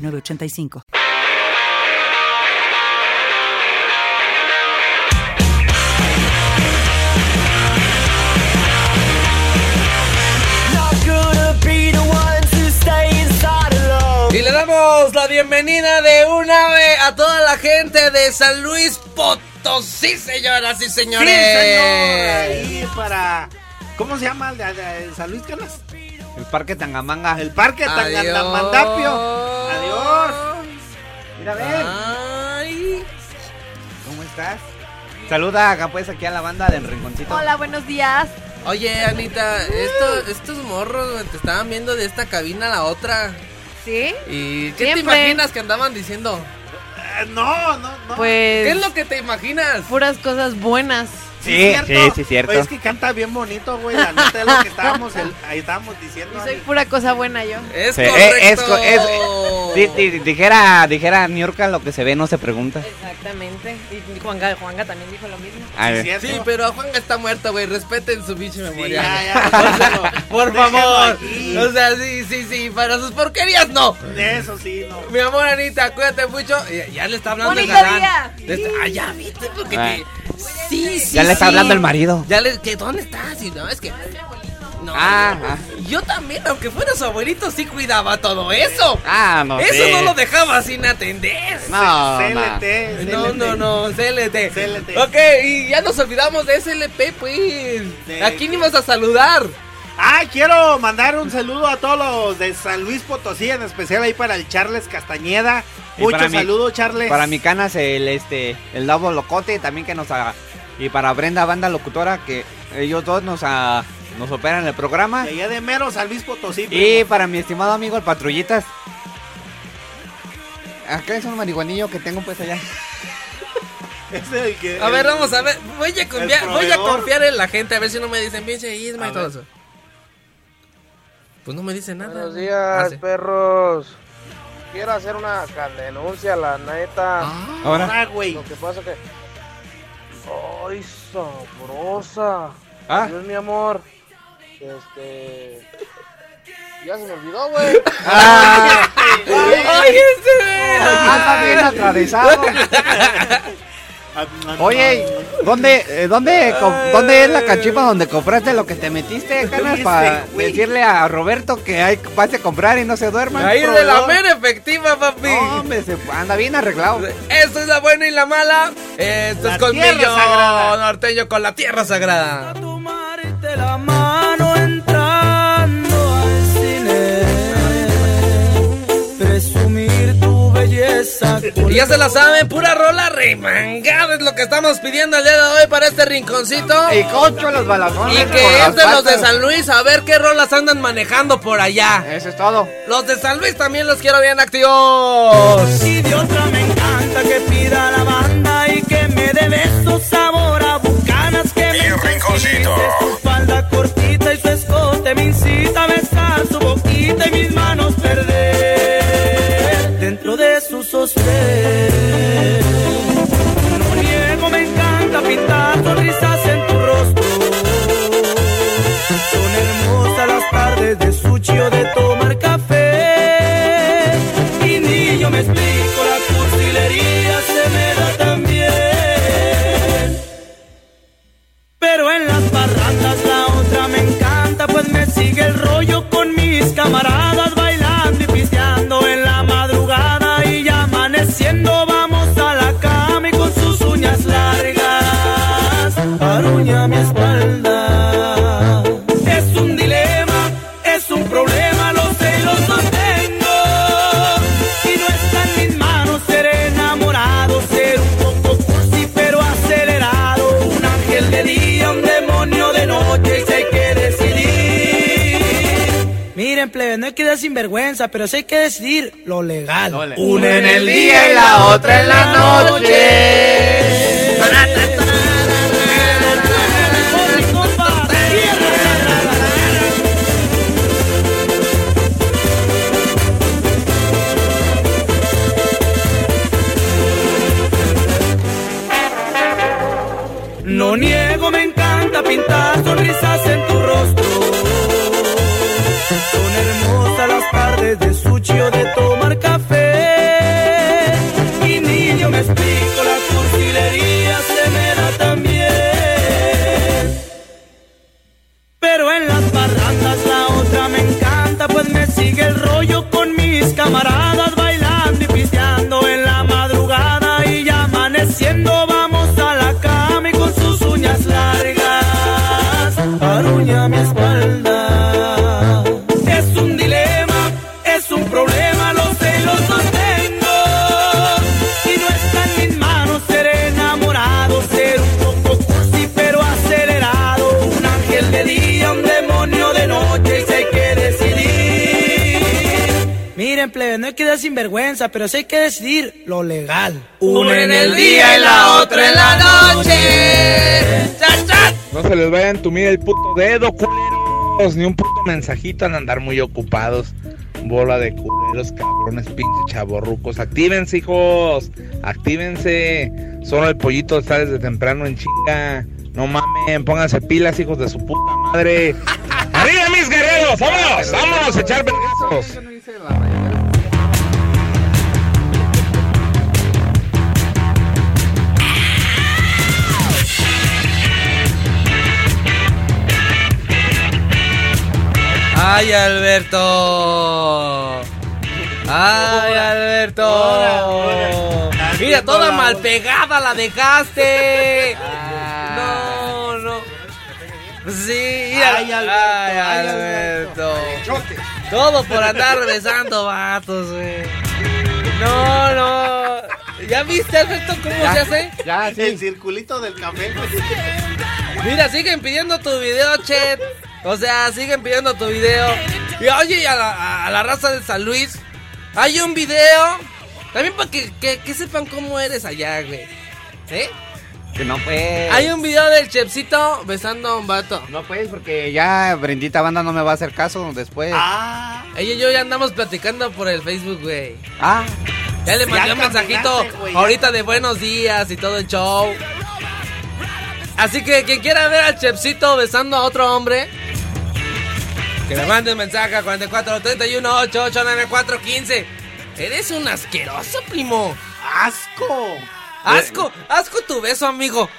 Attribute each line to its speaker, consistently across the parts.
Speaker 1: 985.
Speaker 2: Y le damos la bienvenida de una vez a toda la gente de San Luis Potosí, señoras y
Speaker 3: Sí, señor,
Speaker 2: señores.
Speaker 3: ahí para. ¿Cómo se llama? el de- de- el San Luis Calas?
Speaker 4: El parque Tangamanga.
Speaker 3: El parque Tangamandapio. Adiós. Mira, a ver.
Speaker 2: Ah. Ay.
Speaker 3: ¿Cómo estás?
Speaker 4: Saluda acá pues aquí a la banda del Rinconcito.
Speaker 5: Hola, buenos días.
Speaker 2: Oye, Anita, esto- estos morros güey, te estaban viendo de esta cabina a la otra.
Speaker 5: ¿Sí?
Speaker 2: ¿Y qué te
Speaker 5: Siempre.
Speaker 2: imaginas que andaban diciendo?
Speaker 3: Eh, no, no, no.
Speaker 5: Pues.
Speaker 2: ¿Qué es lo que te imaginas?
Speaker 5: Puras cosas buenas.
Speaker 4: Sí,
Speaker 3: es
Speaker 4: sí, sí, cierto.
Speaker 3: Pues es que canta bien bonito, güey. La neta es lo que estábamos, el- ahí estábamos diciendo.
Speaker 5: Y soy
Speaker 3: ahí.
Speaker 5: pura cosa buena yo.
Speaker 2: Es
Speaker 4: Sí,
Speaker 2: correcto.
Speaker 4: eh, es co- es- Di- di- dijera, dijera New York, lo que se ve no se pregunta.
Speaker 5: Exactamente. Y Juanga, Juanga también dijo lo mismo.
Speaker 4: A ver.
Speaker 3: Sí, es
Speaker 2: Sí,
Speaker 3: cierto.
Speaker 2: pero Juan está muerto, güey. Respeten su pinche
Speaker 3: Sí,
Speaker 2: memoria.
Speaker 3: ya, ya.
Speaker 2: Por
Speaker 3: Déjalo
Speaker 2: favor.
Speaker 3: aquí.
Speaker 2: O sea, sí, sí, sí. Para sus porquerías, no.
Speaker 3: Eso sí, no.
Speaker 2: Mi amor, Anita, cuídate mucho. Ya, ya le está hablando
Speaker 5: Bonito
Speaker 2: el galán.
Speaker 5: día.
Speaker 2: Le está- ah, ya viste, porque
Speaker 4: Ah.
Speaker 2: te- Sí, sí.
Speaker 4: ya le está
Speaker 2: sí.
Speaker 4: hablando el marido.
Speaker 2: Ya le. ¿qué, ¿Dónde estás? Y no, es que. No,
Speaker 4: Ah,
Speaker 2: no. yo también, aunque fuera su abuelito, sí cuidaba todo eso.
Speaker 4: Ah, no.
Speaker 2: eso
Speaker 4: sí.
Speaker 2: no lo dejaba sin atender.
Speaker 4: No, no.
Speaker 3: CLT,
Speaker 2: Ah, No,
Speaker 3: CLT.
Speaker 2: no, no, CLT.
Speaker 3: CLT.
Speaker 2: Ok, y ya nos olvidamos de SLP, pues.
Speaker 3: Sí.
Speaker 2: Aquí ni vas a saludar.
Speaker 3: Ah, quiero mandar un saludo a todos los de San Luis Potosí, en especial ahí para el Charles Castañeda.
Speaker 4: Y
Speaker 3: Mucho
Speaker 4: para mi-
Speaker 3: saludo, Charles.
Speaker 4: Para mi canas el este el Davo Locote también que nos haga y para Brenda Banda Locutora que ellos dos nos ah, nos operan el programa.
Speaker 3: De allá de mero San Luis Potosí.
Speaker 4: Y para mi estimado amigo el Patrullitas. Acá es un marihuanillo que tengo pues allá.
Speaker 3: Es el que-
Speaker 2: A
Speaker 3: el-
Speaker 2: ver, vamos a ver. Voy a, confiar,
Speaker 3: el
Speaker 2: voy a
Speaker 3: proveedor.
Speaker 2: confiar en la gente, a ver si no me dicen pinche Isma y
Speaker 3: A
Speaker 2: todo
Speaker 3: ver.
Speaker 2: eso. Pues no me dicen nada.
Speaker 6: Buenos
Speaker 2: Ah,
Speaker 6: días,
Speaker 2: sí.
Speaker 6: perros. Quiero hacer una can- denuncia, la neta.
Speaker 2: Ah,
Speaker 4: Ahora.
Speaker 3: Ahora, güey.
Speaker 6: Lo que pasa que. ¡Ay, sabrosa!
Speaker 4: Ah.
Speaker 6: Dios, mi amor. Este. Ya se me olvidó, güey.
Speaker 4: Ah,
Speaker 2: ¡Ay, este ese!
Speaker 4: anda bien atravesado.
Speaker 3: Ah,
Speaker 4: Oye, ¿dónde, eh, dónde, co- dónde es la cachipa donde compraste lo que te metiste, canas?
Speaker 3: Ese
Speaker 4: Para
Speaker 3: güey.
Speaker 4: decirle a Roberto que hay, vas a comprar y no se duerma.
Speaker 2: Ahí de la mera efectiva, papi.
Speaker 4: No, hombre, se anda bien arreglado.
Speaker 2: Esto es la buena y la mala. Esto
Speaker 3: La
Speaker 2: es colmillo
Speaker 3: tierra sagrada.
Speaker 2: norteño con la tierra sagrada. Y ya se la saben, pura rola remangada es lo que estamos pidiendo el día de hoy para este rinconcito.
Speaker 4: Y concho los
Speaker 2: Y
Speaker 4: balazones. por
Speaker 2: que
Speaker 4: las
Speaker 2: entren los de
Speaker 4: patas.
Speaker 2: San Luis a ver qué rolas andan manejando por allá.
Speaker 4: Eso es todo.
Speaker 2: Los de San Luis también los quiero bien activos.
Speaker 7: Idiota me encanta que pida la banda y que me dé besos sabor a bucanas que me rinconcito. Su falda cortita y su escote me incita a besar su boquita y mis manos perder dentro de su sostén. No niego, me encanta pintar sonrisas en tu rostro. Son hermosas las tardes de sushi o de tomar café. Y ni yo me explico, la cursilería se me da también. Pero en las barrandas la otra me encanta, pues me sigue el rollo con mis camaradas bailando y pisteando en la madrugada y ya amaneciendo vamos a la cama y con sus uñas largas aruña mi espalda. Es un dilema, es un problema, lo sé y lo sostengo. Si no está en mis manos ser enamorado, ser plebe, no hay que dar sinvergüenza, pero sí hay que decidir lo legal.
Speaker 4: Ole.
Speaker 2: Una en el día y la otra en la
Speaker 3: Ah,
Speaker 2: noche.
Speaker 7: No niego, me encanta pintar sonrisas en tu rostro. Son hermosas las tardes de sushi o de tomar café. Mi niño, me explico, la cursilería se me da también. Pero en las barrandas la otra me encanta, pues me sigue el rollo con mis camaradas bailando y pisteando en la madrugada y ya amaneciendo vamos a la cama y con sus uñas largas aruña mi espalda. Es un dilema, es un problema, lo sé, lo sostengo. Si no está en mis manos ser enamorado, ser un poco cursi pero acelerado, un ángel de día, un demonio de noche y sé que decidir. Miren plebe, no hay que dar sinvergüenza, pero sí hay que decidir lo legal.
Speaker 2: Una en el día y la otra en la noche. Cha, cha.
Speaker 8: No se les vaya a entumir el puto dedo, culeros. Ni un puto mensajito al andar muy ocupados. Bola de culeros, cabrones, pinche chaborrucos. Actívense, hijos. Actívense. Solo el pollito está desde temprano en chinga. No mamen, pónganse pilas, hijos de su puta madre. ¡Arriba, mis guerreros! ¡Vámonos! ¡Vámonos a echar vergazos!
Speaker 2: Ay, Alberto. Ay,
Speaker 3: Hola, hola.
Speaker 2: Alberto.
Speaker 3: También
Speaker 2: Mira, toda
Speaker 3: hola,
Speaker 2: mal
Speaker 3: hola.
Speaker 2: pegada la dejaste. No, no. Sí, mira.
Speaker 3: Ay, Alberto,
Speaker 2: Ay,
Speaker 3: ay,
Speaker 2: Alberto.
Speaker 3: Choque.
Speaker 4: Ah,
Speaker 2: Todo por andar besando vatos, güey. No, no. ¿Ya viste, Alberto, cómo se hace?
Speaker 4: Ya,
Speaker 3: El circulito del café.
Speaker 2: Mira, siguen pidiendo tu video, Chet. O sea, siguen pidiendo tu video. Y oye, y a la, a- a la raza de San Luis, hay un video. También para que, que- que sepan cómo eres allá, güey. ¿Sí?
Speaker 4: Que no puedes.
Speaker 2: Hay un video del Chepsito besando a un vato.
Speaker 4: No puedes porque ya Brendita Banda no me va a hacer caso después. Ah.
Speaker 3: Ah,
Speaker 2: Ella y yo ya andamos platicando por el Facebook, güey.
Speaker 4: Ah,
Speaker 2: Ya le
Speaker 3: Ya
Speaker 2: mandé un mensajito
Speaker 3: caminaste, güey, ya.
Speaker 2: ahorita de buenos días y todo el show. Así que quien quiera ver al Chepsito besando a otro hombre, que le mande un mensaje a 44 31 88 94 15. Eres un asqueroso, primo.
Speaker 3: asco.
Speaker 2: Asco, asco tu beso, amigo.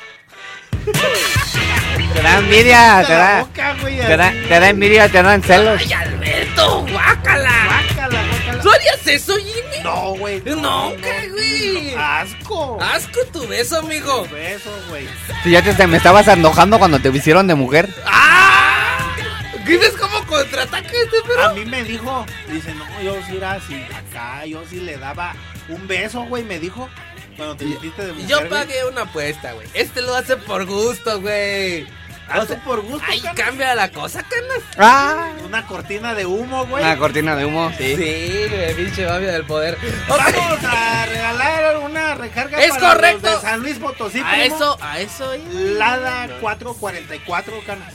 Speaker 4: Te da envidia, te
Speaker 3: La
Speaker 4: da,
Speaker 3: boca, güey,
Speaker 4: te da,
Speaker 3: así.
Speaker 4: te da envidia, te dan celos.
Speaker 2: Ay, Alberto, guácala.
Speaker 3: Guácala, guácala.
Speaker 2: ¿Tú harías eso, Jimmy?
Speaker 3: No, güey.
Speaker 2: Nunca, güey.
Speaker 3: Asco.
Speaker 2: Asco tu beso, amigo.
Speaker 3: Beso, güey.
Speaker 4: Si ya te, te me estabas enojando cuando te hicieron de mujer.
Speaker 2: ¡Ah! ¿Qué ves cómo contraataca este perro?
Speaker 3: A mí me dijo, dice, no, yo sí era así acá, yo sí le daba un beso, güey, me dijo. Cuando te vestiste de
Speaker 2: Y
Speaker 3: mujer.
Speaker 2: Yo
Speaker 3: güey.
Speaker 2: pagué una apuesta, güey. Este lo hace por gusto, güey.
Speaker 3: Hazlo
Speaker 2: O sea,
Speaker 3: Ah, por gusto,
Speaker 2: Ay,
Speaker 3: carnal.
Speaker 2: cambia la cosa, canas.
Speaker 4: Ah.
Speaker 3: Una cortina de humo, güey.
Speaker 4: Una cortina de humo, sí.
Speaker 2: Sí, güey, pinche babia del poder. Ok.
Speaker 3: Vamos a regalar una recarga
Speaker 2: Es
Speaker 3: para
Speaker 2: correcto.
Speaker 3: los de San Luis Potosí.
Speaker 2: A
Speaker 3: primo.
Speaker 2: eso, a eso, eh.
Speaker 3: Lada 444, canas.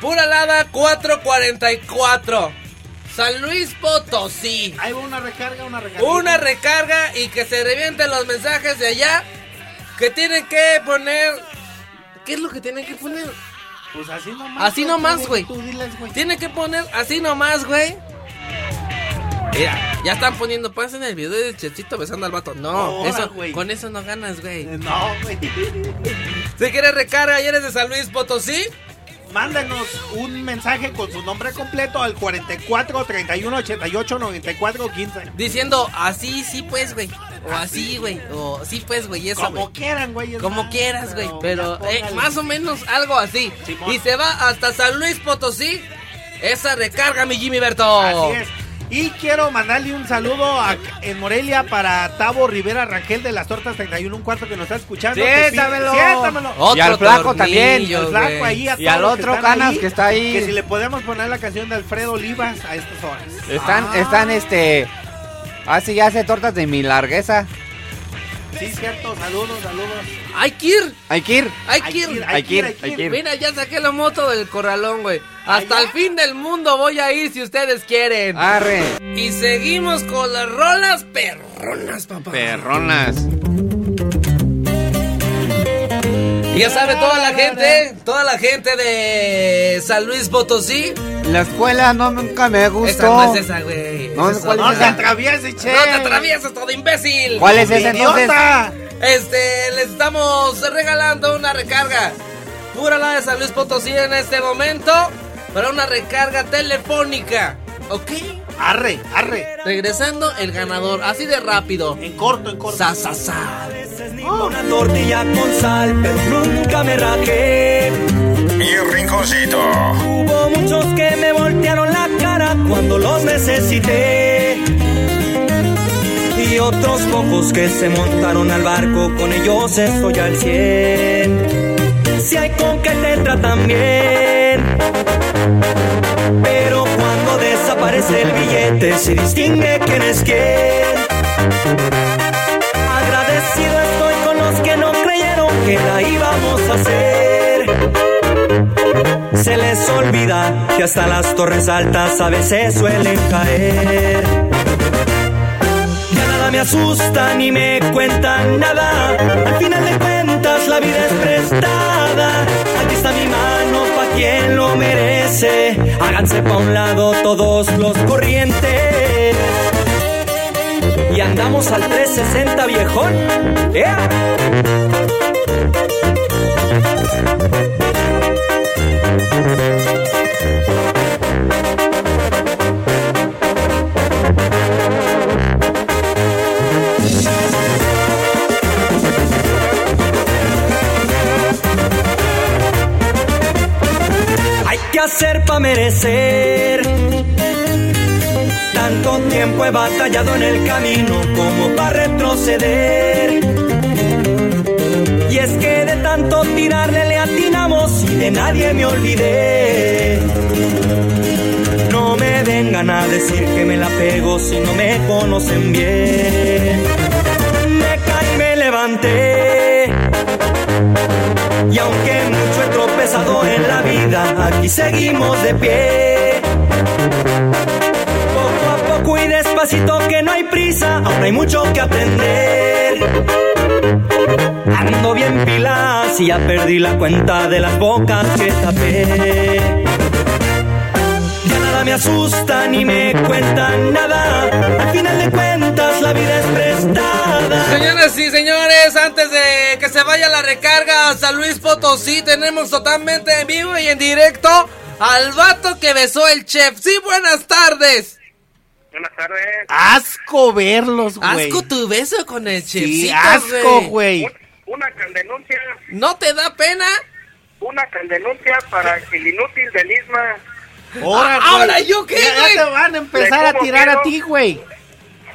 Speaker 2: Pura Lada 444. San Luis Potosí.
Speaker 3: Ahí va una recarga, una recarga.
Speaker 2: Una recarga y que se revienten los mensajes de allá. Que tienen que poner. ¿Qué es lo que tienen que poner?
Speaker 3: Pues así nomás.
Speaker 2: Así nomás,
Speaker 3: tú,
Speaker 2: güey.
Speaker 3: Tú diles, güey.
Speaker 2: Tiene que poner así nomás, güey. Mira, ya están poniendo paz en el video del chechito besando al vato. No,
Speaker 3: Ahora,
Speaker 2: eso,
Speaker 3: güey.
Speaker 2: con eso no ganas, güey.
Speaker 3: Eh, No, güey.
Speaker 2: Si quieres recarga y eres de San Luis Potosí,
Speaker 3: Mándanos un mensaje con su nombre completo al 44 31 88 94 15.
Speaker 2: diciendo así, sí, pues, güey. O así, güey. O sí, pues, güey. Eso,
Speaker 3: Como
Speaker 2: güey.
Speaker 3: quieran, güey. es
Speaker 2: Como
Speaker 3: más,
Speaker 2: quieras, güey. Pero
Speaker 3: ya
Speaker 2: eh,
Speaker 3: póngale.
Speaker 2: más o menos algo así.
Speaker 3: Simón.
Speaker 2: Y se va hasta San Luis Potosí. Esa recarga, mi Jimmy Berto.
Speaker 3: Así es. Y quiero mandarle un saludo a- en Morelia para Tavo Rivera Rangel de las Tortas 31, un cuarto que nos está escuchando. Que sí,
Speaker 4: Siéntamelo.
Speaker 3: siéntamelo.
Speaker 2: Otro
Speaker 4: Y al flaco
Speaker 2: tornillo,
Speaker 4: también, y
Speaker 3: al flaco
Speaker 2: güey.
Speaker 3: ahí, a
Speaker 4: Y
Speaker 3: todos
Speaker 4: al
Speaker 3: los
Speaker 4: otro
Speaker 3: que están
Speaker 4: Canas
Speaker 3: ahí,
Speaker 4: que está ahí.
Speaker 3: Que si le podemos poner la canción de Alfredo Olivas a estas horas.
Speaker 4: Están, están, este. Así ya hace tortas de mi largueza.
Speaker 3: Ah, Sí, cierto, saludos, saludos.
Speaker 2: ¡Ay, Kir!
Speaker 4: Hay que ir.
Speaker 2: ¡Ay,
Speaker 3: Hay que
Speaker 2: Kir!
Speaker 3: ir, hay que ir,
Speaker 4: Hay
Speaker 3: hay
Speaker 4: que ir,
Speaker 3: que
Speaker 4: hay
Speaker 3: ir.
Speaker 4: que ir.
Speaker 2: Mira, ya saqué la moto del corralón, güey. Hasta el fin del mundo voy a ir si ustedes quieren.
Speaker 4: Arre.
Speaker 2: Y seguimos con las rolas perronas, papá.
Speaker 4: Perronas.
Speaker 2: Y ya sabe toda la gente, toda la gente de San Luis Potosí.
Speaker 4: La escuela no nunca me
Speaker 2: Esa no
Speaker 4: gustó.
Speaker 2: es esa, güey.
Speaker 4: No,
Speaker 2: Esa es
Speaker 4: ¿cuál
Speaker 2: otra.
Speaker 3: No se atraviese, che.
Speaker 2: No te atravieses, todo imbécil.
Speaker 4: ¿Cuál es ese entonces?
Speaker 3: ¡Idiota!
Speaker 2: Este, les estamos regalando una recarga. Pura la de San Luis Potosí en este momento. Para una recarga telefónica. ¿Ok?
Speaker 3: Arre, arre.
Speaker 2: Regresando el ganador, así de rápido.
Speaker 3: En corto, en corto.
Speaker 2: Sa, sa, sa.
Speaker 7: Una tortilla con sal, pero nunca me rajé.
Speaker 9: Y rinconcito.
Speaker 7: Hubo muchos que me voltearon la cara cuando los necesité. Y otros pocos que se montaron al barco, con ellos estoy al cien. Si hay con que te tratan bien. Pero cuando desaparece el billete, se distingue quién es quién. Agradecido estoy con los que no creyeron que la íbamos a hacer. Se les olvida que hasta las torres altas a veces suelen caer. Ya nada me asusta ni me cuentan nada. Al final de cuentas la vida es prestada. Aquí está mi mano pa' quien lo merece. Háganse pa' un lado todos los corrientes. Y andamos al 360 viejón. ¡Ea! Hay que hacer para merecer. Tanto tiempo he batallado en el camino como para retroceder. Y es que de tanto tirarle le atinamos y de nadie me olvidé. No me vengan a decir que me la pego si no me conocen bien. Me caí, me levanté. Y aunque mucho he tropezado en la vida, aquí seguimos de pie. Poco a poco y despacito que no hay prisa, aún hay mucho que aprender. Ando bien pilas y ya perdí la cuenta de las bocas que tapé. Ya nada me asusta ni me cuentan nada. Al final de cuentas la vida es prestada.
Speaker 2: Señoras y señores, antes de que se vaya la recarga a San Luis Potosí, tenemos totalmente en vivo y en directo al vato que besó el chef. Sí, buenas tardes.
Speaker 9: Buenas tardes.
Speaker 3: Asco verlos, güey.
Speaker 2: Asco tu beso con el chef.
Speaker 3: Sí, asco, güey.
Speaker 9: Una candenuncia,
Speaker 2: ¿No te da pena?
Speaker 9: una candenuncia para el inútil del Isma.
Speaker 3: Ahora,
Speaker 2: Ah, ¿ahora
Speaker 3: güey.
Speaker 2: yo qué,
Speaker 3: Ya-
Speaker 2: güey?
Speaker 3: Ya te van a empezar
Speaker 9: Le
Speaker 3: a
Speaker 9: tuvo
Speaker 3: tirar a
Speaker 9: miedo.
Speaker 3: ti, güey.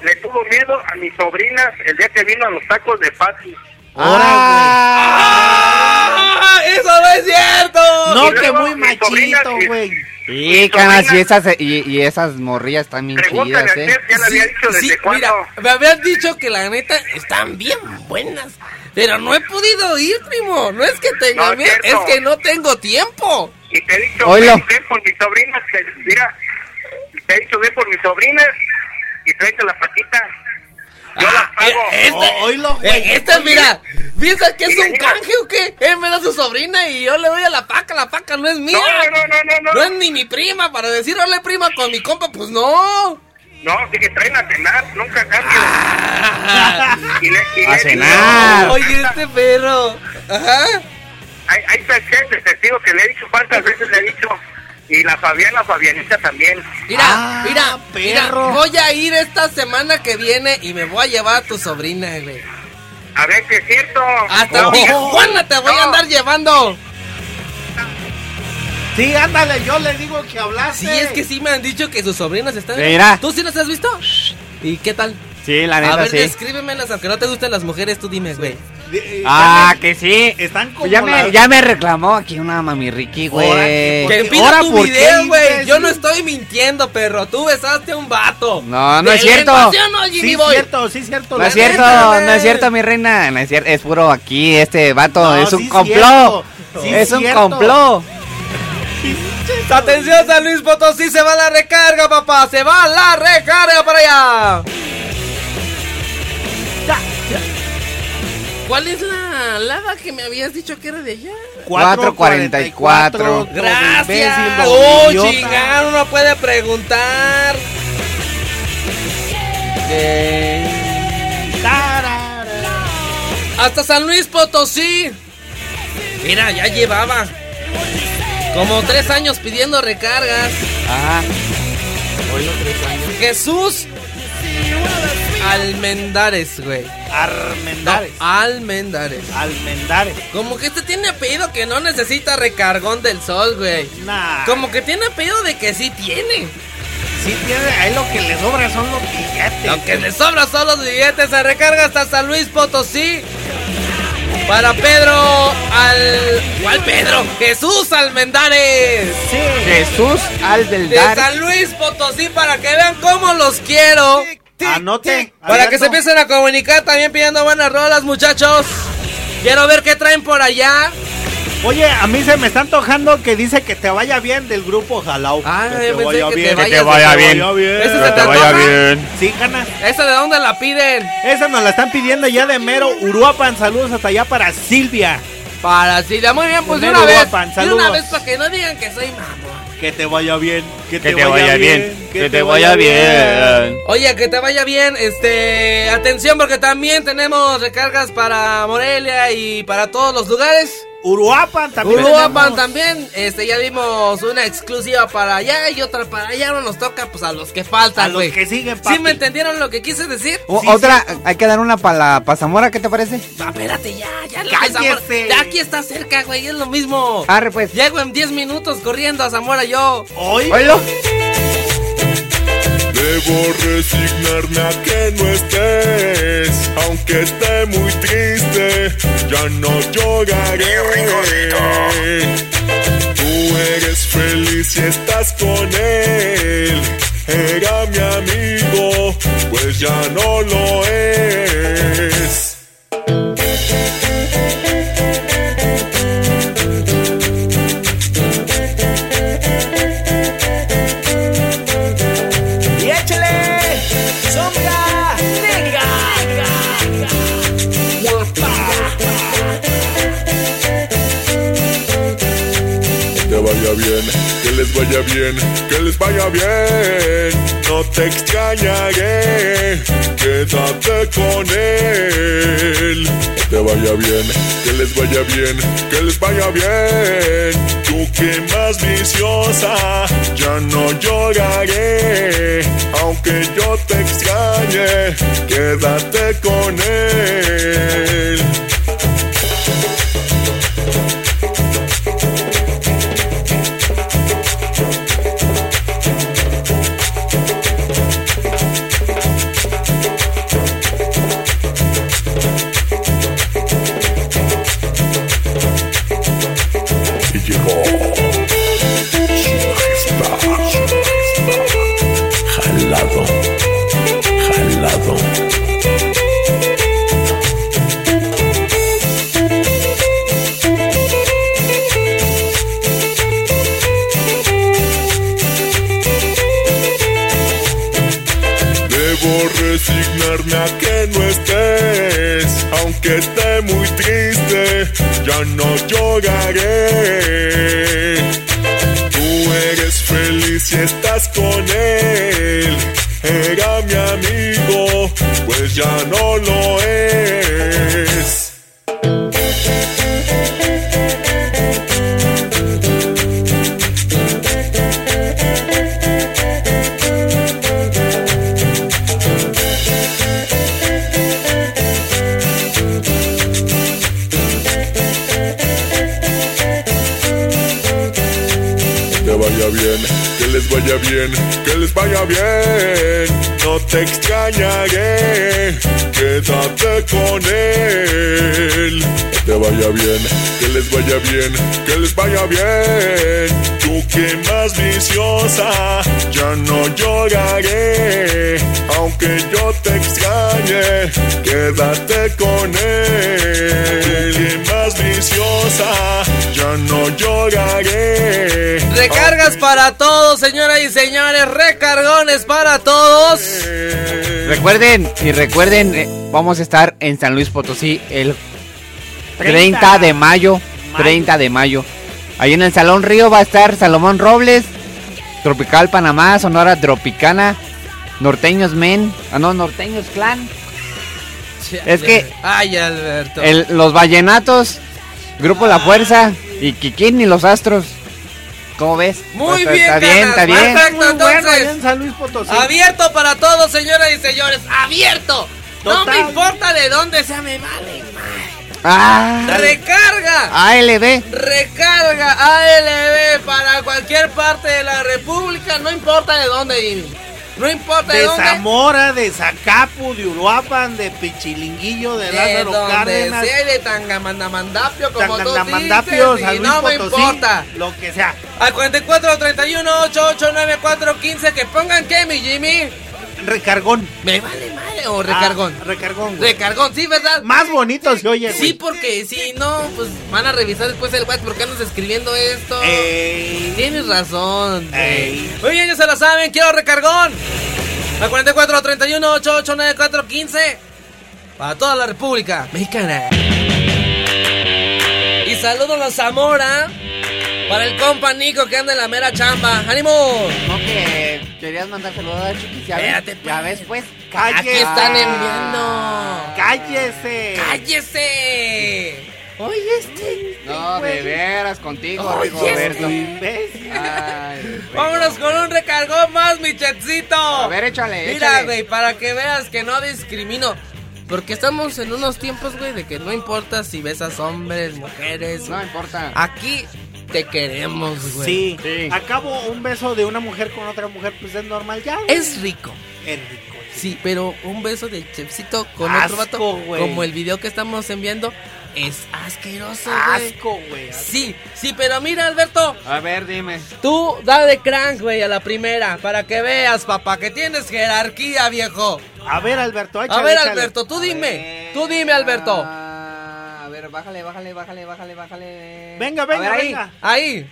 Speaker 9: Le tuvo miedo a mis sobrinas el día que vino a los tacos de Pati.
Speaker 3: Ahora,
Speaker 2: ¡Ah! ¡Eso no es cierto!
Speaker 3: güey.
Speaker 9: y
Speaker 3: No, que
Speaker 9: luego
Speaker 3: muy
Speaker 9: mis sobrinas
Speaker 3: machito,
Speaker 9: y-
Speaker 3: güey.
Speaker 4: Y canas, y esas, y, y esas morrillas están bien
Speaker 9: Pregúntale
Speaker 4: chidas,
Speaker 9: a
Speaker 4: eh.
Speaker 9: Chef, ya le había
Speaker 2: Sí,
Speaker 9: dicho desde
Speaker 2: sí,
Speaker 9: cuándo.
Speaker 2: Mira, me habían dicho que la neta están bien buenas. Pero no he podido ir, primo. No es que tenga
Speaker 9: No es
Speaker 2: miedo, es
Speaker 9: cierto.
Speaker 2: que no tengo tiempo.
Speaker 9: Y te he dicho,
Speaker 4: Oilo.
Speaker 9: ven, ven por mis sobrinas, que- mira, te he dicho, ven por mis sobrinas y tráete la patita. Yo las pago.
Speaker 2: Eh, Este,
Speaker 3: O- Oh, oílo, güey.
Speaker 2: eh, este, mira, piensa que es un
Speaker 9: Mira.
Speaker 2: canje o qué. Él me da su sobrina y yo le doy a la paca. La paca no es mía.
Speaker 9: no, no, no, no, no,
Speaker 2: No es ni mi prima. Para decir, ole, prima, con mi compa, pues no.
Speaker 9: No, dije, traen a cenar, nunca cambio.
Speaker 2: Ah,
Speaker 9: Y le- y
Speaker 4: A
Speaker 9: le digo,
Speaker 4: cenar. Ah.
Speaker 2: Oye, este perro. Ajá.
Speaker 9: Hay, hay tres de testigos que le he dicho cuántas veces le he dicho. Y la Fabiana, Fabianita también.
Speaker 2: Mira,
Speaker 3: Ah,
Speaker 2: mira, mira,
Speaker 3: perro.
Speaker 2: voy a ir esta semana que viene y me voy a llevar a tu sobrina, güey.
Speaker 9: A ver si es
Speaker 2: Ah,
Speaker 9: cierto.
Speaker 2: Hasta
Speaker 9: Oh.
Speaker 2: Tijuana te voy a
Speaker 9: No.
Speaker 2: andar llevando.
Speaker 3: Sí, ándale, yo le digo que hablaste.
Speaker 2: Sí, es que sí me han dicho que sus sobrinas están.
Speaker 4: Mira.
Speaker 2: ¿Tú sí las has visto? ¿Y qué tal?
Speaker 4: Sí, la
Speaker 2: A
Speaker 4: neta,
Speaker 2: ver,
Speaker 4: sí.
Speaker 2: descríbemelas, aunque no te gustan las mujeres, tú dime, güey.
Speaker 3: Di-
Speaker 4: Ah, que sí.
Speaker 3: Están como
Speaker 4: Ya me,
Speaker 3: las-
Speaker 4: ya me reclamó aquí una mami Ricky,
Speaker 3: Ahora
Speaker 4: güey.
Speaker 3: que
Speaker 2: Que
Speaker 3: Porque-
Speaker 2: pida
Speaker 3: ahora,
Speaker 2: tu
Speaker 3: ¿por qué
Speaker 2: video, güey.
Speaker 3: imbécil?
Speaker 2: Yo no estoy mintiendo, perro. Tú besaste a un vato.
Speaker 4: No, no es
Speaker 2: ¿Te
Speaker 4: cierto.
Speaker 2: lengua, sí o no, Jimmy
Speaker 3: Sí,
Speaker 2: Boy?
Speaker 3: cierto, sí, cierto.
Speaker 4: No es
Speaker 2: la
Speaker 4: cierto,
Speaker 2: neta, güey.
Speaker 4: no es cierto, mi reina. No es cierto, es puro aquí, este vato.
Speaker 3: No,
Speaker 4: es un
Speaker 3: sí es
Speaker 4: complot.
Speaker 3: cierto, sí
Speaker 4: es
Speaker 3: es
Speaker 4: un
Speaker 3: cierto.
Speaker 4: complot.
Speaker 2: Atención, San Luis Potosí, se va la recarga, papá. Se va la recarga para allá. ¿Cuál es la lava que me habías dicho que era de allá?
Speaker 4: 4.44.
Speaker 2: Gracias.
Speaker 3: Imbécil,
Speaker 2: oh,
Speaker 3: idiota.
Speaker 2: chingar, uno puede preguntar.
Speaker 3: Tarara.
Speaker 2: Hasta San Luis Potosí. Mira, ya llevaba como tres años pidiendo recargas.
Speaker 4: Ajá.
Speaker 2: Jesús Almendares, güey. No,
Speaker 3: Armendares.
Speaker 2: Almendares.
Speaker 3: Almendares.
Speaker 2: Como que este tiene apellido que no necesita recargón del sol, güey.
Speaker 3: Nah.
Speaker 2: Como que tiene apellido de que sí tiene.
Speaker 3: Sí, tiene, ahí lo que le sobra son los billetes.
Speaker 2: Lo que le sobra son los billetes. Se recarga hasta San Luis Potosí. Para Pedro al. ¿Cuál Pedro? Jesús Almendares.
Speaker 3: Sí.
Speaker 4: Jesús
Speaker 2: De
Speaker 4: Aldeldar.
Speaker 2: San Luis Potosí para que vean cómo los quiero.
Speaker 3: Anote.
Speaker 2: Para que
Speaker 3: Alberto.
Speaker 2: se empiecen a comunicar también pidiendo buenas rolas, muchachos. Quiero ver qué traen por allá.
Speaker 3: Oye, a mí se me está antojando que dice que te vaya bien del grupo Jalao.
Speaker 2: Ah,
Speaker 3: que
Speaker 2: yo
Speaker 3: te
Speaker 2: pensé
Speaker 3: vaya
Speaker 2: que te
Speaker 3: bien.
Speaker 2: vayas de Jalao. Ese se te antoja.
Speaker 3: Sí, gana.
Speaker 2: ¿Esa de dónde la piden?
Speaker 3: Esa nos la están pidiendo ya de mero Uruapan. Saludos hasta allá para Silvia.
Speaker 2: Para Silvia. Muy bien, pues de
Speaker 3: Primero
Speaker 2: una vez.
Speaker 3: guapan,
Speaker 2: De una
Speaker 3: saludos.
Speaker 2: vez para que no digan que soy mamón.
Speaker 3: Que te vaya bien. Que,
Speaker 4: te vaya bien, que te vaya bien.
Speaker 2: Oye, que te vaya bien. Este, atención porque también tenemos recargas para Morelia y para todos los lugares.
Speaker 3: Uruapan también. tenemos.
Speaker 2: Uruapan también. Este, ya dimos una exclusiva para allá y otra para allá. Ahora nos toca pues a los que
Speaker 3: A
Speaker 2: faltan,
Speaker 3: los
Speaker 2: güey.
Speaker 3: que siguen, papi.
Speaker 2: ¿Sí me entendieron lo que quise decir?
Speaker 4: O-
Speaker 3: Sí,
Speaker 4: otra, hay que dar una para la pa' Zamora, ¿qué te parece?
Speaker 2: Ah, espérate, ya, ya. la
Speaker 3: Cállese. Ah.
Speaker 2: Zamora- Ya aquí está cerca, güey, es lo mismo.
Speaker 4: Arre, pues.
Speaker 2: Llego en 10 minutos corriendo a Zamora yo.
Speaker 3: Hoy.
Speaker 4: Oilo.
Speaker 7: Debo resignarme a que no estés, aunque esté muy triste, ya no lloraré. Tú eres feliz si estás con él, era mi amigo, pues ya no lo es.
Speaker 10: Y échale sombra negra. Guapa.
Speaker 7: te vaya bien, que les vaya bien, que les vaya bien. No te extrañaré, quédate con él. Te vaya bien, que les vaya bien, que les vaya bien. Tú que más viciosa, ya no lloraré. Aunque yo te extrañe, quédate con él. y llegó jalado, jalado. Debo resignarme a que no estés, aunque esté muy triste, ya no lloraré. Tú eres feliz si estás con él, era mi amigo, pues ya no lo es.
Speaker 11: vaya bien, que les vaya bien. No te extrañaré, quédate con él. Que te vaya bien, que les vaya bien, que les vaya bien. Tú que más viciosa, ya no lloraré. Aunque yo te extrañe, quédate con él. Tú que más viciosa, ya no lloraré.
Speaker 2: Recargas para todos, señoras y señores. Recargones para todos.
Speaker 3: Eh.
Speaker 4: Recuerden, y recuerden, eh, vamos a estar en San Luis Potosí el 30 de mayo. 30 de mayo. Ahí en el Salón Río va a estar Salomón Robles, Tropical Panamá, Sonora Tropicana, Norteños Men, ah no, Norteños Clan, Es que-
Speaker 2: Ay, Alberto.
Speaker 4: el- Los Vallenatos, Grupo La Fuerza y Kikín y los Astros. ¿Cómo ves?
Speaker 2: Muy
Speaker 4: Está-
Speaker 2: bien,
Speaker 4: está bien,
Speaker 2: Canas,
Speaker 4: está bien.
Speaker 2: perfecto,
Speaker 3: Muy bueno,
Speaker 2: entonces.
Speaker 3: allá en San Luis Potosí.
Speaker 2: Abierto para todos, señoras y señores. Abierto. No
Speaker 3: Total.
Speaker 2: me importa de dónde sea, me vale.
Speaker 4: Ah,
Speaker 2: Recarga.
Speaker 4: ALB.
Speaker 2: Recarga ALB para cualquier parte de la República, no importa de dónde ir. No importa de,
Speaker 3: De
Speaker 2: dónde.
Speaker 3: Zamora, de Zacapu, de Uruapan, de Pichilinguillo, de,
Speaker 2: De
Speaker 3: Lázaro
Speaker 2: donde
Speaker 3: Cárdenas,
Speaker 2: sea y de Tangamandamandapio, como tú
Speaker 3: Tangamandapio,
Speaker 2: dices,
Speaker 3: San
Speaker 2: y
Speaker 3: Luis
Speaker 2: no me
Speaker 3: Potosí,
Speaker 2: importa.
Speaker 3: lo que sea.
Speaker 2: Al 44 31 889 15 que pongan que mi Jimmy.
Speaker 3: Recargón.
Speaker 2: Me vale madre o recargón.
Speaker 3: Ah, recargón. güey.
Speaker 2: Recargón, sí, ¿verdad?
Speaker 3: Más bonito se oye,
Speaker 4: Este,
Speaker 2: Sí,
Speaker 3: güey.
Speaker 2: porque si no, pues van a revisar después el WhatsApp porque andas escribiendo esto.
Speaker 4: Eh.
Speaker 3: Ey.
Speaker 2: Tienes razón.
Speaker 3: Ey.
Speaker 2: Muy bien, ya se lo saben, quiero recargón. A 44 31 8894 15 para toda la República Mexicana. Y saludo a la Zamora para el compa Nico que anda en la mera chamba. ¡Ánimo!
Speaker 4: No que querías mandar saludos a Chiquis, ya
Speaker 2: Espérate,
Speaker 4: ves, ya ves pues.
Speaker 2: Aquí
Speaker 3: Cállese.
Speaker 2: están enviando.
Speaker 3: Cállese.
Speaker 2: ¡Cállese!
Speaker 4: Oye, este. No, de veras contigo,
Speaker 2: Oye,
Speaker 4: Rigoberto.
Speaker 3: ¿Ves?
Speaker 4: Ay,
Speaker 2: Vámonos con un recargón más, mi chetcito.
Speaker 4: A ver, échale,
Speaker 2: Mira,
Speaker 4: échale.
Speaker 2: güey, para que veas que no discrimino. Porque estamos en unos tiempos, güey, de que no importa si besas hombres, mujeres.
Speaker 4: No importa.
Speaker 2: Aquí te queremos, güey.
Speaker 3: Sí.
Speaker 4: Sí.
Speaker 3: Acabo un beso de una mujer con otra mujer, pues es normal ya. güey.
Speaker 2: Es rico.
Speaker 3: Es rico.
Speaker 2: Sí, pero un beso de chefcito con
Speaker 3: Asco,
Speaker 2: otro vato.
Speaker 3: güey.
Speaker 2: Como el video que estamos enviando. Es asqueroso, güey.
Speaker 3: Asco, güey.
Speaker 2: Sí, sí, pero mira, Alberto.
Speaker 4: A ver, dime.
Speaker 2: Tú dale crank, güey, a la primera. Para que veas, papá, que tienes jerarquía, viejo.
Speaker 3: A ver, Alberto, échale,
Speaker 2: a ver,
Speaker 3: échale.
Speaker 2: Alberto, tú
Speaker 4: A
Speaker 2: dime.
Speaker 4: ver.
Speaker 2: Tú dime, Alberto.
Speaker 4: Ah, A ver, bájale, bájale, bájale, bájale, bájale.
Speaker 3: Venga,
Speaker 4: A
Speaker 3: venga,
Speaker 4: ver, ahí.
Speaker 3: venga.
Speaker 2: Ahí.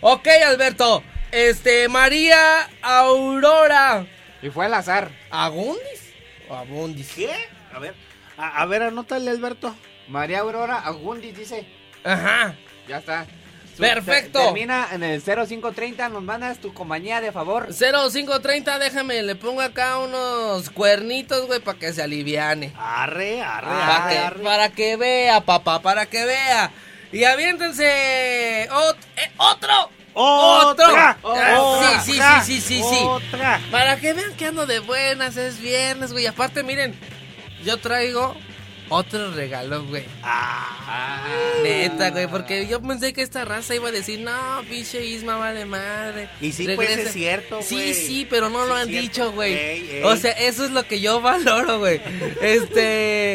Speaker 2: Ok, Alberto. Este, María Aurora.
Speaker 4: Y fue al azar.
Speaker 2: ¿Agundis? ¿O Abundis?
Speaker 3: ¿Qué? A ver. A, a ver, anótale, Alberto.
Speaker 4: María Aurora Agundis dice.
Speaker 2: Ajá.
Speaker 4: Ya está. Su-
Speaker 2: Perfecto.
Speaker 4: te- Termina en el 0530, nos mandas tu compañía de favor.
Speaker 2: 0530, déjame, le pongo acá unos cuernitos, güey, para que se aliviane.
Speaker 3: Arre, arre,
Speaker 2: Para
Speaker 3: arre,
Speaker 2: que,
Speaker 3: arre.
Speaker 2: para que vea, papá, para que vea. Y aviéntense ot- eh, otro.
Speaker 3: ¡Otra!
Speaker 2: Otro. Ah, Sí, sí,
Speaker 3: ¡Otra!
Speaker 2: sí, sí, sí, sí.
Speaker 3: ¡Otra!
Speaker 2: Para que vean que ando de buenas, es viernes, güey. Aparte, miren, yo traigo otro regalo, güey. Ah, Neta, güey, porque yo pensé que esta raza iba a decir, no, pinche Isma vale madre.
Speaker 3: Y sí, pues,
Speaker 2: Regresa".
Speaker 3: es cierto,
Speaker 2: Sí,
Speaker 3: güey.
Speaker 2: sí, pero no
Speaker 3: Sí
Speaker 2: lo
Speaker 3: es
Speaker 2: han
Speaker 3: cierto.
Speaker 2: dicho, güey.
Speaker 3: Ey, ey.
Speaker 2: O sea, eso es lo que yo valoro, güey. este.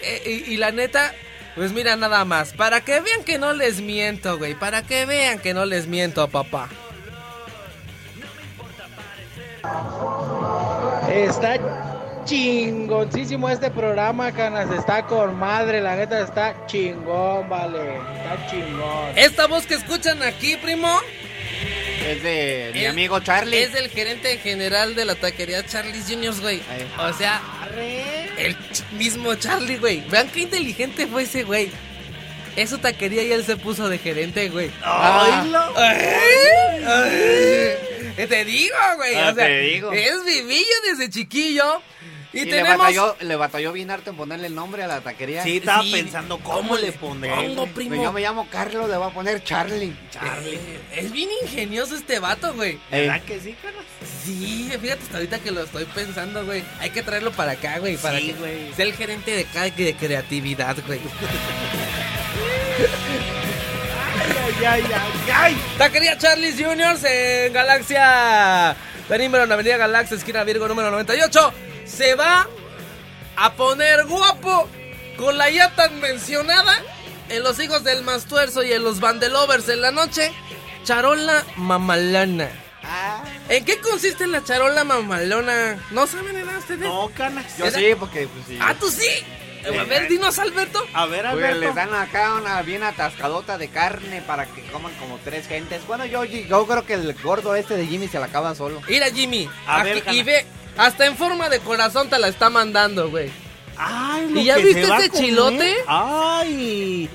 Speaker 2: eh, y, y la neta, pues mira, nada más. Para que vean que no les miento, güey. Para que vean que no les miento, papá.
Speaker 12: Está chingoncísimo este programa, canas. Está con madre, la neta está chingón, vale. Está chingón.
Speaker 2: Esta voz que escuchan aquí, primo.
Speaker 4: Es de mi
Speaker 2: Es-
Speaker 4: amigo Charlie.
Speaker 2: Es el gerente general de la taquería Charlie Juniors, güey.
Speaker 4: Ahí.
Speaker 2: O sea, el ch- mismo Charlie, güey. Vean qué inteligente fue ese, güey. Es su taquería y él se puso de gerente, güey.
Speaker 3: ¡Oílo!
Speaker 2: Ah, Ay, ay. Te digo, güey.
Speaker 4: Ah,
Speaker 2: o sea,
Speaker 4: te digo.
Speaker 2: Es vivillo desde chiquillo. Y,
Speaker 4: Y, le,
Speaker 2: tenemos.
Speaker 4: batalló, le batalló bien harto en ponerle el nombre a la taquería.
Speaker 3: Sí, estaba
Speaker 2: Sí.
Speaker 3: pensando cómo le pondré.
Speaker 2: Pongo,
Speaker 4: Pues
Speaker 2: primo.
Speaker 4: Yo me llamo Carlos, le voy a poner Charlie.
Speaker 2: Eh, es bien ingenioso este vato, güey.
Speaker 4: Eh,
Speaker 3: ¿Verdad que sí, caras?
Speaker 2: Sí, fíjate hasta ahorita que lo estoy pensando, güey. Hay que traerlo para acá, güey. Para
Speaker 3: Sí,
Speaker 2: que
Speaker 3: güey.
Speaker 2: sea el gerente de, ca- de creatividad, güey.
Speaker 3: Ay, ay, ay, ay.
Speaker 2: Taquería Charlie's Juniors en Galaxia. Venímero en Avenida Galaxia, esquina Virgo número 98. Se va a poner guapo con la ya tan mencionada en los hijos del Mastuerzo y en los Bandelovers en la noche. Charola mamalona.
Speaker 3: Ah.
Speaker 2: ¿En qué consiste la charola mamalona? ¿No saben nada ustedes? No, canas.
Speaker 4: Yo sí, porque pues sí.
Speaker 2: Ah, tú sí. Eh, A ver, dinos, Alberto.
Speaker 3: A ver,
Speaker 4: Pues,
Speaker 2: Alberto.
Speaker 4: les dan acá una bien atascadota de carne para que coman como tres gentes. Bueno, yo, yo creo que el gordo este de Jimmy se la acaba solo.
Speaker 2: Ir a Jimmy.
Speaker 4: A
Speaker 2: Aquí-
Speaker 4: ver,
Speaker 2: y
Speaker 4: gana.
Speaker 2: ve, hasta en forma de corazón te la está mandando, güey.
Speaker 3: Ay, lo
Speaker 2: ¿Y ya
Speaker 3: que
Speaker 2: viste
Speaker 3: se va a
Speaker 2: ese
Speaker 3: comer.
Speaker 2: chilote?
Speaker 3: Ay.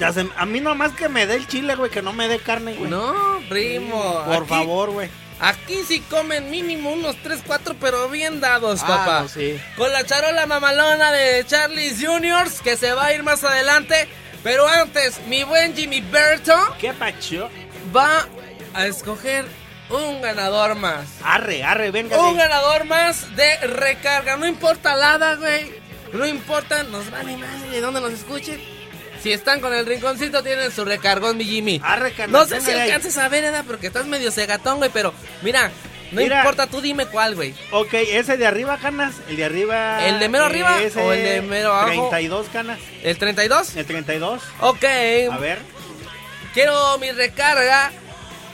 Speaker 3: Ya se- a mí nomás que me dé el chile, güey, que no me dé carne, güey.
Speaker 2: No, primo.
Speaker 3: Por
Speaker 2: aquí-
Speaker 3: favor, güey.
Speaker 2: Aquí sí comen mínimo unos 3, 4, pero bien dados,
Speaker 3: Ah,
Speaker 2: papá.
Speaker 3: no, sí.
Speaker 2: Con la charola mamalona de Charlie's Juniors, que se va a ir más adelante. Pero antes, mi buen Jimmy Berto.
Speaker 3: ¿Qué pacho?
Speaker 2: Va a escoger un ganador más.
Speaker 3: Arre, arre, venga.
Speaker 2: Un ganador más de recarga. No importa la hada, güey. No importa, nos vale más de dónde nos escuchen. Si están con el rinconcito, tienen su recargón, mi Jimmy. no sé
Speaker 3: venga
Speaker 2: si
Speaker 3: de ahí.
Speaker 2: alcances a ver, Eda, porque estás medio cegatón, güey. Pero mira, no
Speaker 3: Mira.
Speaker 2: importa, tú dime cuál, güey.
Speaker 3: Ok, ese de arriba, canas. El de arriba.
Speaker 2: ¿El de mero arriba
Speaker 3: ese
Speaker 2: o el de mero abajo?
Speaker 3: 32, canas.
Speaker 2: ¿El 32?
Speaker 3: El 32.
Speaker 2: Ok.
Speaker 3: Eh. A ver.
Speaker 2: Quiero mi recarga.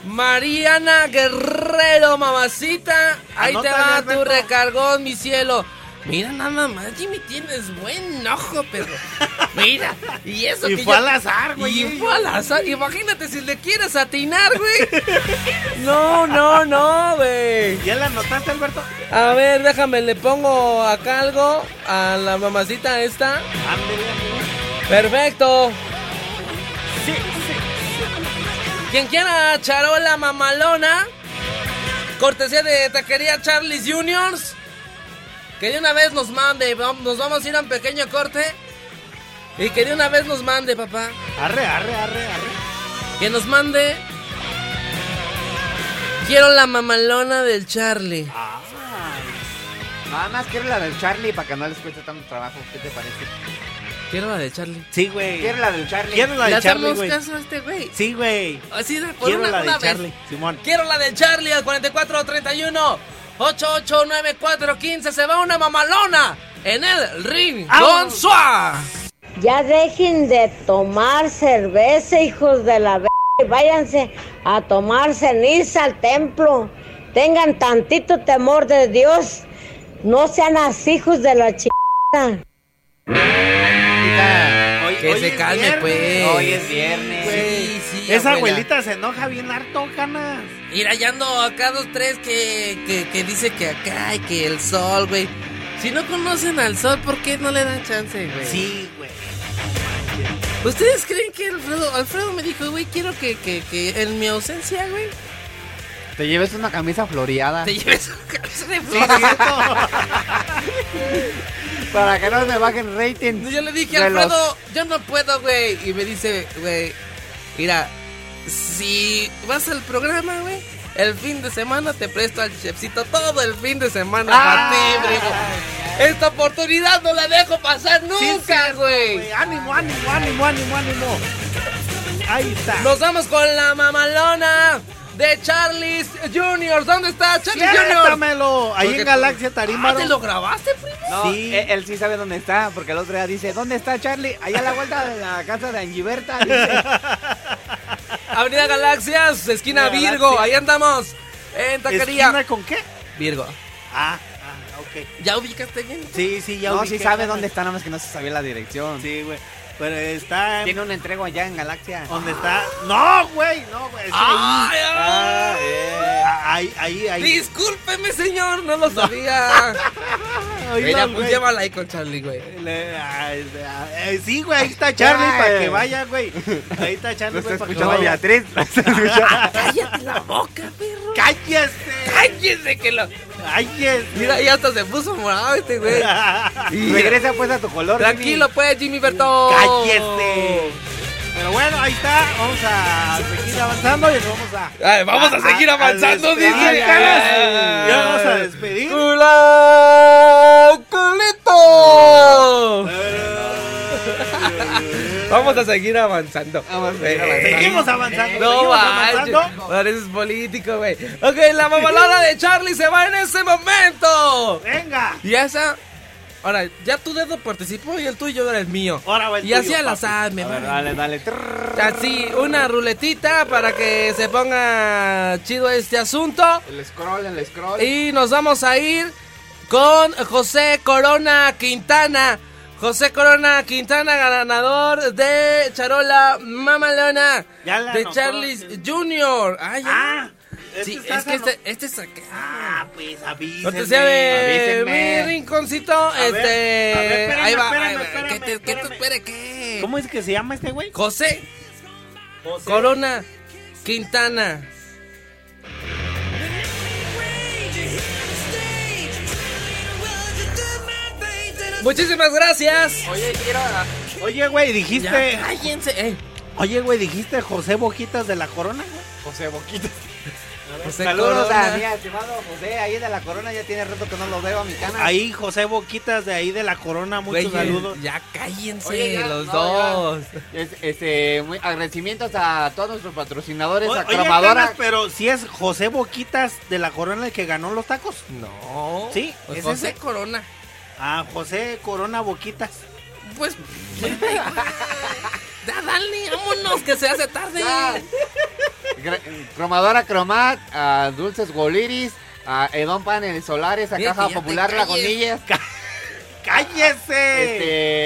Speaker 2: Mariana Guerrero, mamacita. Ahí te
Speaker 7: Anótale,
Speaker 2: va
Speaker 7: Alberto.
Speaker 2: tu recargón, mi cielo. Mira nada más, Jimmy, tienes buen ojo, pero Mira, y eso
Speaker 7: Y
Speaker 2: que
Speaker 7: fue
Speaker 2: yo-
Speaker 7: al azar, güey,
Speaker 2: Y
Speaker 7: y
Speaker 2: fue al
Speaker 7: yo-
Speaker 2: azar. Imagínate si le quieres atinar, güey. No, no, no, güey.
Speaker 3: ¿Ya la notaste, Alberto?
Speaker 2: A ver, déjame, le pongo acá algo a la mamacita esta. Perfecto.
Speaker 3: Sí, sí.
Speaker 2: Quien quiera charola mamalona, cortesía de Taquería Charlie's Juniors, que de una vez nos mande, vam- nos vamos a ir a un pequeño corte y que de una vez nos mande, papá.
Speaker 3: Arre, arre, arre, arre.
Speaker 2: Que nos mande. Quiero la mamalona del Charlie.
Speaker 3: Ah.
Speaker 4: Nada más quiero la del Charlie para que no les cueste tanto trabajo. ¿Qué te parece?
Speaker 2: Quiero la del Charlie.
Speaker 3: Sí, güey.
Speaker 4: Quiero la del Charlie.
Speaker 3: Quiero la
Speaker 2: ¿Le
Speaker 3: del Charlie,
Speaker 2: hacemos
Speaker 3: güey.
Speaker 2: caso a este güey?
Speaker 3: Sí, güey.
Speaker 2: Así de por
Speaker 3: Quiero
Speaker 2: una,
Speaker 3: la
Speaker 2: una
Speaker 3: del
Speaker 2: vez.
Speaker 3: Charlie, Simón.
Speaker 2: Quiero la del Charlie al 4431 889415. Se va una mamalona en el ring.
Speaker 4: Ah,
Speaker 2: Con Suá.
Speaker 13: Ya dejen de tomar cerveza, hijos de la b. y Váyanse a tomar ceniza al templo. Tengan tantito temor de Dios. No sean así, hijos de la chingada.
Speaker 2: Que se calme, pues.
Speaker 4: Hoy es viernes.
Speaker 2: Sí, sí,
Speaker 3: Esa
Speaker 2: abuela.
Speaker 3: abuelita se enoja bien harto, canas.
Speaker 2: Mira, ya ando acá dos, tres que, que, que dice que acá y que el sol, güey. Si no conocen al sol, ¿por qué no le dan chance, güey?
Speaker 3: Sí, güey.
Speaker 2: ¿Ustedes creen que Alfredo, Alfredo me dijo, güey, quiero que, que, que en mi ausencia, güey,
Speaker 4: Te lleves una camisa floreada.
Speaker 2: te lleves un cabeza de
Speaker 4: Ah. Sí,
Speaker 2: flores?
Speaker 4: Para que no me bajen rating.
Speaker 2: Yo le dije,
Speaker 4: De los-
Speaker 2: Alfredo, yo no puedo, güey. Y me dice, güey, mira, si vas al programa, güey, el fin de semana te presto al chefcito todo el fin de semana para ti, primo. Esta oportunidad no la dejo pasar nunca, güey.
Speaker 3: ánimo, ánimo, ánimo, ánimo, ánimo. Ahí está.
Speaker 2: Nos vamos con la mamalona de Charlie Juniors. ¿Dónde está Charlie Juniors? Ah,
Speaker 3: Ciérramelo. Ahí
Speaker 4: Porque-
Speaker 3: en Galaxia Tarímbaro.
Speaker 2: ¿Te lo grabaste, primo?
Speaker 4: Ah, No, e- él, sí sabe dónde está, porque el otro día dice, ¿dónde está Charlie? Allá a la vuelta de la casa de Angiberta. dice.
Speaker 2: Avenida Galaxias, esquina
Speaker 4: Avenida
Speaker 2: Virgo.
Speaker 4: Galaxia.
Speaker 2: Ahí andamos. En taquería.
Speaker 3: ¿Esquina con qué?
Speaker 2: Virgo.
Speaker 3: Ah, ah, ok.
Speaker 2: ¿Ya ubicaste bien?
Speaker 3: Sí, sí, ya
Speaker 4: no,
Speaker 3: ubiqué,
Speaker 4: sí sabe
Speaker 3: canas.
Speaker 4: dónde está, nada más que no se sabía la dirección.
Speaker 3: Sí, güey. Pero está...
Speaker 4: Tiene un entrego allá en Galaxia.
Speaker 3: ¿Dónde está? ¡No, güey! No, güey. es
Speaker 4: Ay,
Speaker 3: ahí.
Speaker 4: ay.
Speaker 3: Ah, eh. Ah, Ahí, ahí, ahí.
Speaker 2: Discúlpeme, señor, no lo sabía.
Speaker 3: Oílo,
Speaker 2: Mira, pues
Speaker 3: güey.
Speaker 2: llévala ahí con Charlie, güey.
Speaker 3: Le- ay, ay, eh, sí, güey, ahí está Charlie
Speaker 2: Ay.
Speaker 3: para que vaya, güey. Ahí está Charlie, güey, para que vaya.
Speaker 4: Beatriz.
Speaker 2: Cállate la boca, perro.
Speaker 3: ¡Cállese!
Speaker 2: ¡Cállese que lo!
Speaker 3: ¡Cállese!
Speaker 2: Mira, ya hasta se puso morado este güey. Y-
Speaker 4: Regresa pues a tu color.
Speaker 2: Tranquilo, pues, Jimmy Berto.
Speaker 3: ¡Cállese! Pero bueno, ahí está. Vamos a seguir avanzando y nos vamos a.
Speaker 2: Ay, vamos a, seguir
Speaker 3: Ah,
Speaker 2: avanzando, dice.
Speaker 3: despedir, caras. Ya vamos a despedir.
Speaker 2: ¡Culito! Vamos a seguir avanzando. Eh,
Speaker 3: Seguimos avanzando.
Speaker 2: No
Speaker 3: seguimos
Speaker 2: manches,
Speaker 3: avanzando.
Speaker 2: pareces político, güey. Ok, la mamalada de Charlie se va en ese momento.
Speaker 3: Venga.
Speaker 2: Y esa. Ahora, ya tu dedo participó y el tuyo era el mío.
Speaker 3: Ahora
Speaker 2: y así al azar, me vale.
Speaker 3: Dale, dale.
Speaker 2: Así, una ruletita para que se ponga chido este asunto.
Speaker 6: El scroll, el scroll.
Speaker 2: Y nos vamos a ir con José Corona Quintana. José Corona Quintana, ganador de Charola Mamalona
Speaker 3: Ya la
Speaker 2: de
Speaker 3: anotó,
Speaker 2: Charles Jr. Ay, ah,
Speaker 3: es
Speaker 2: sí,
Speaker 3: que estás
Speaker 2: es que
Speaker 3: ano-
Speaker 2: este, este es acá.
Speaker 3: Ah, pues avísenme.
Speaker 2: No te sabe,
Speaker 3: avísenme.
Speaker 2: mi rinconcito,
Speaker 3: A ver,
Speaker 2: este,
Speaker 3: a ver, espérame,
Speaker 2: ahí va,
Speaker 3: espérame,
Speaker 2: ahí va.
Speaker 3: espérame,
Speaker 2: ¿Qué te- qué te- espere, qué?
Speaker 3: ¿Cómo es que se llama este güey?
Speaker 2: José Corona Quintana. Muchísimas gracias.
Speaker 6: Oye, quiera.
Speaker 3: Oye, güey, dijiste.
Speaker 2: Ya, cállense, eh.
Speaker 3: Oye, güey, dijiste José Boquitas de la Corona.
Speaker 6: José Boquitas.
Speaker 2: José
Speaker 12: Saludos
Speaker 2: Corona.
Speaker 12: a mi estimado José, ahí de la corona ya tiene rato que no lo veo a mi cana.
Speaker 3: Ahí, José Boquitas de ahí de la Corona, muchos
Speaker 2: Güey,
Speaker 3: saludos.
Speaker 2: Ya cállense
Speaker 6: Oye, ya,
Speaker 2: los
Speaker 6: no,
Speaker 2: dos.
Speaker 4: Es- este, muy agradecimientos a todos nuestros patrocinadores,
Speaker 3: O-
Speaker 4: a
Speaker 3: oye,
Speaker 4: Cromadora.
Speaker 3: canas, pero si es José Boquitas de la Corona el que ganó los tacos.
Speaker 2: No.
Speaker 3: Sí,
Speaker 2: Pues
Speaker 3: ¿es
Speaker 2: José
Speaker 3: ese?
Speaker 2: Corona.
Speaker 3: Ah, José Corona Boquitas.
Speaker 2: Pues. Ya, dale, vámonos, que se hace tarde.
Speaker 4: Gra- Cromadora Cromat, a Dulces Goliris, a Edón Paneles Solares, a
Speaker 2: Mira que ya
Speaker 4: Caja
Speaker 2: te
Speaker 4: Popular
Speaker 2: calles.
Speaker 4: Lagunillas,
Speaker 3: ¡Cállese!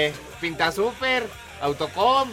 Speaker 4: este, Pinta Super, Autocom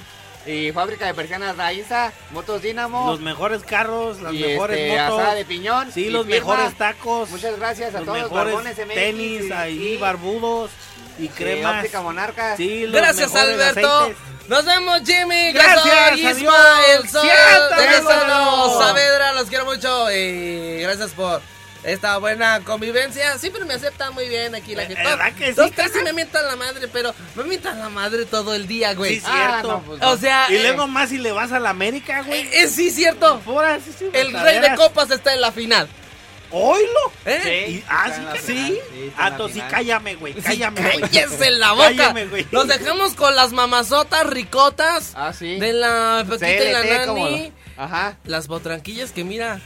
Speaker 4: y Fábrica de Persianas Raiza, Motos Dínamo
Speaker 3: Los mejores carros, las
Speaker 4: y
Speaker 3: mejores
Speaker 4: este,
Speaker 3: motos.
Speaker 4: Asada de Piñón.
Speaker 3: Sí,
Speaker 4: y
Speaker 3: los
Speaker 4: firma.
Speaker 3: mejores tacos.
Speaker 4: Muchas gracias a
Speaker 3: los
Speaker 4: todos los
Speaker 3: mejores
Speaker 4: barbones MX
Speaker 3: tenis
Speaker 4: y-
Speaker 3: ahí,
Speaker 4: y-
Speaker 3: barbudos y
Speaker 4: y
Speaker 3: cremas.
Speaker 4: Óptica Monarca.
Speaker 3: Sí, los
Speaker 2: Gracias,
Speaker 3: mejores
Speaker 2: Alberto.
Speaker 3: aceites.
Speaker 2: Nos vemos, Jimmy.
Speaker 3: Gracias,
Speaker 2: Yo soy
Speaker 3: adiós.
Speaker 2: Ismael Sol.
Speaker 3: Siéntate,
Speaker 2: de
Speaker 3: Lolo.
Speaker 2: Solo Saavedra, los quiero mucho. Y gracias por esta buena convivencia. Siempre me acepta muy bien aquí la gente.
Speaker 3: Eh, ¿Verdad que sí,
Speaker 2: Dos casi me mientan la madre, pero me mientan la madre todo el día,
Speaker 3: Sí,
Speaker 2: güey.
Speaker 3: cierto.
Speaker 4: no, pues,
Speaker 2: Ah, O sea,
Speaker 3: y
Speaker 2: eh,
Speaker 3: luego más si le vas a la América, güey.
Speaker 2: eh, sí, cierto.
Speaker 3: Ahora sí, sí,
Speaker 2: El rey
Speaker 3: botaderas.
Speaker 2: de copas está en la final.
Speaker 3: ¡Oilo!
Speaker 2: ¿Eh?
Speaker 3: Y-
Speaker 4: Sí,
Speaker 3: ah,
Speaker 4: está en la
Speaker 3: sí, sí.
Speaker 4: final, sí, está en
Speaker 3: Ah,
Speaker 4: la
Speaker 3: tú sí,
Speaker 4: final.
Speaker 3: cállame, güey.
Speaker 2: Sí,
Speaker 3: Cállame, güey.
Speaker 2: cállese la boca.
Speaker 3: Cállame, güey.
Speaker 2: Los dejamos con las mamazotas ricotas
Speaker 4: Ah, sí.
Speaker 2: de la Paquita y la
Speaker 4: CLT, como-
Speaker 2: Nani.
Speaker 4: Ajá.
Speaker 2: Las botranquillas que mira,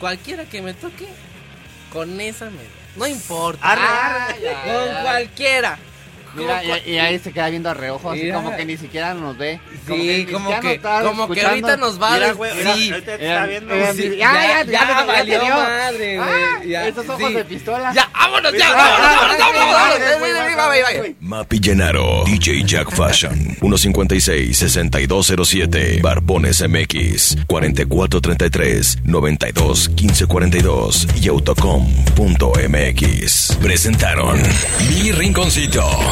Speaker 2: cualquiera que me toque, con esa me. No importa.
Speaker 3: Arre,
Speaker 4: Ah,
Speaker 3: arre.
Speaker 4: ya,
Speaker 2: con
Speaker 4: ya.
Speaker 2: cualquiera.
Speaker 4: Mira,
Speaker 2: Con cual-
Speaker 4: y, y ahí se queda viendo a reojo, así
Speaker 2: Mira.
Speaker 4: como que ni siquiera nos ve.
Speaker 2: Sí,
Speaker 4: ni
Speaker 2: como
Speaker 4: siquiera
Speaker 2: que,
Speaker 4: nos está
Speaker 2: como que
Speaker 4: escuchando.
Speaker 2: ahorita nos va a
Speaker 3: Mira,
Speaker 2: decir.
Speaker 3: güey,
Speaker 2: sí.
Speaker 3: mira, ahorita te está
Speaker 4: Eh,
Speaker 3: viendo.
Speaker 4: eh,
Speaker 2: Sí,
Speaker 4: ya, ya,
Speaker 2: ya,
Speaker 4: ya, ya, ya
Speaker 2: valió
Speaker 4: te dio.
Speaker 2: madre, güey,
Speaker 4: Ah,
Speaker 2: ya,
Speaker 4: esos ojos
Speaker 2: sí.
Speaker 4: de pistola.
Speaker 2: Ya, vámonos, ya,
Speaker 4: Ah,
Speaker 2: vámonos, vámonos, vámonos,
Speaker 4: ah, ah,
Speaker 2: vámonos,
Speaker 4: ah,
Speaker 2: vámonos,
Speaker 4: ah,
Speaker 2: vámonos, vámonos,
Speaker 4: ah,
Speaker 2: vámonos.
Speaker 11: Mapi Llenaro, DJ Jack Fashion, 156-6207, Barbones MX, 4433-921542 y autocom.mx. Presentaron Mi Rinconcito.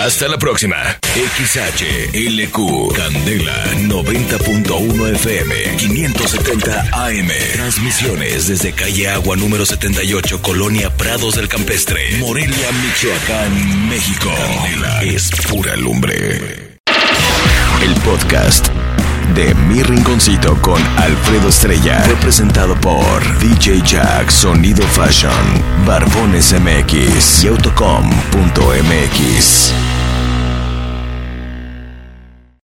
Speaker 11: Hasta la próxima. XHLQ Candela 90.1 FM 570 AM. Transmisiones desde calle Agua número 78, Colonia Prados del Campestre, Morelia, Michoacán, México. Candela es pura lumbre. El podcast de Mi Rinconcito con Alfredo Estrella fue presentado por DJ Jack Sonido Fashion, Barbones MX y Autocom.mx.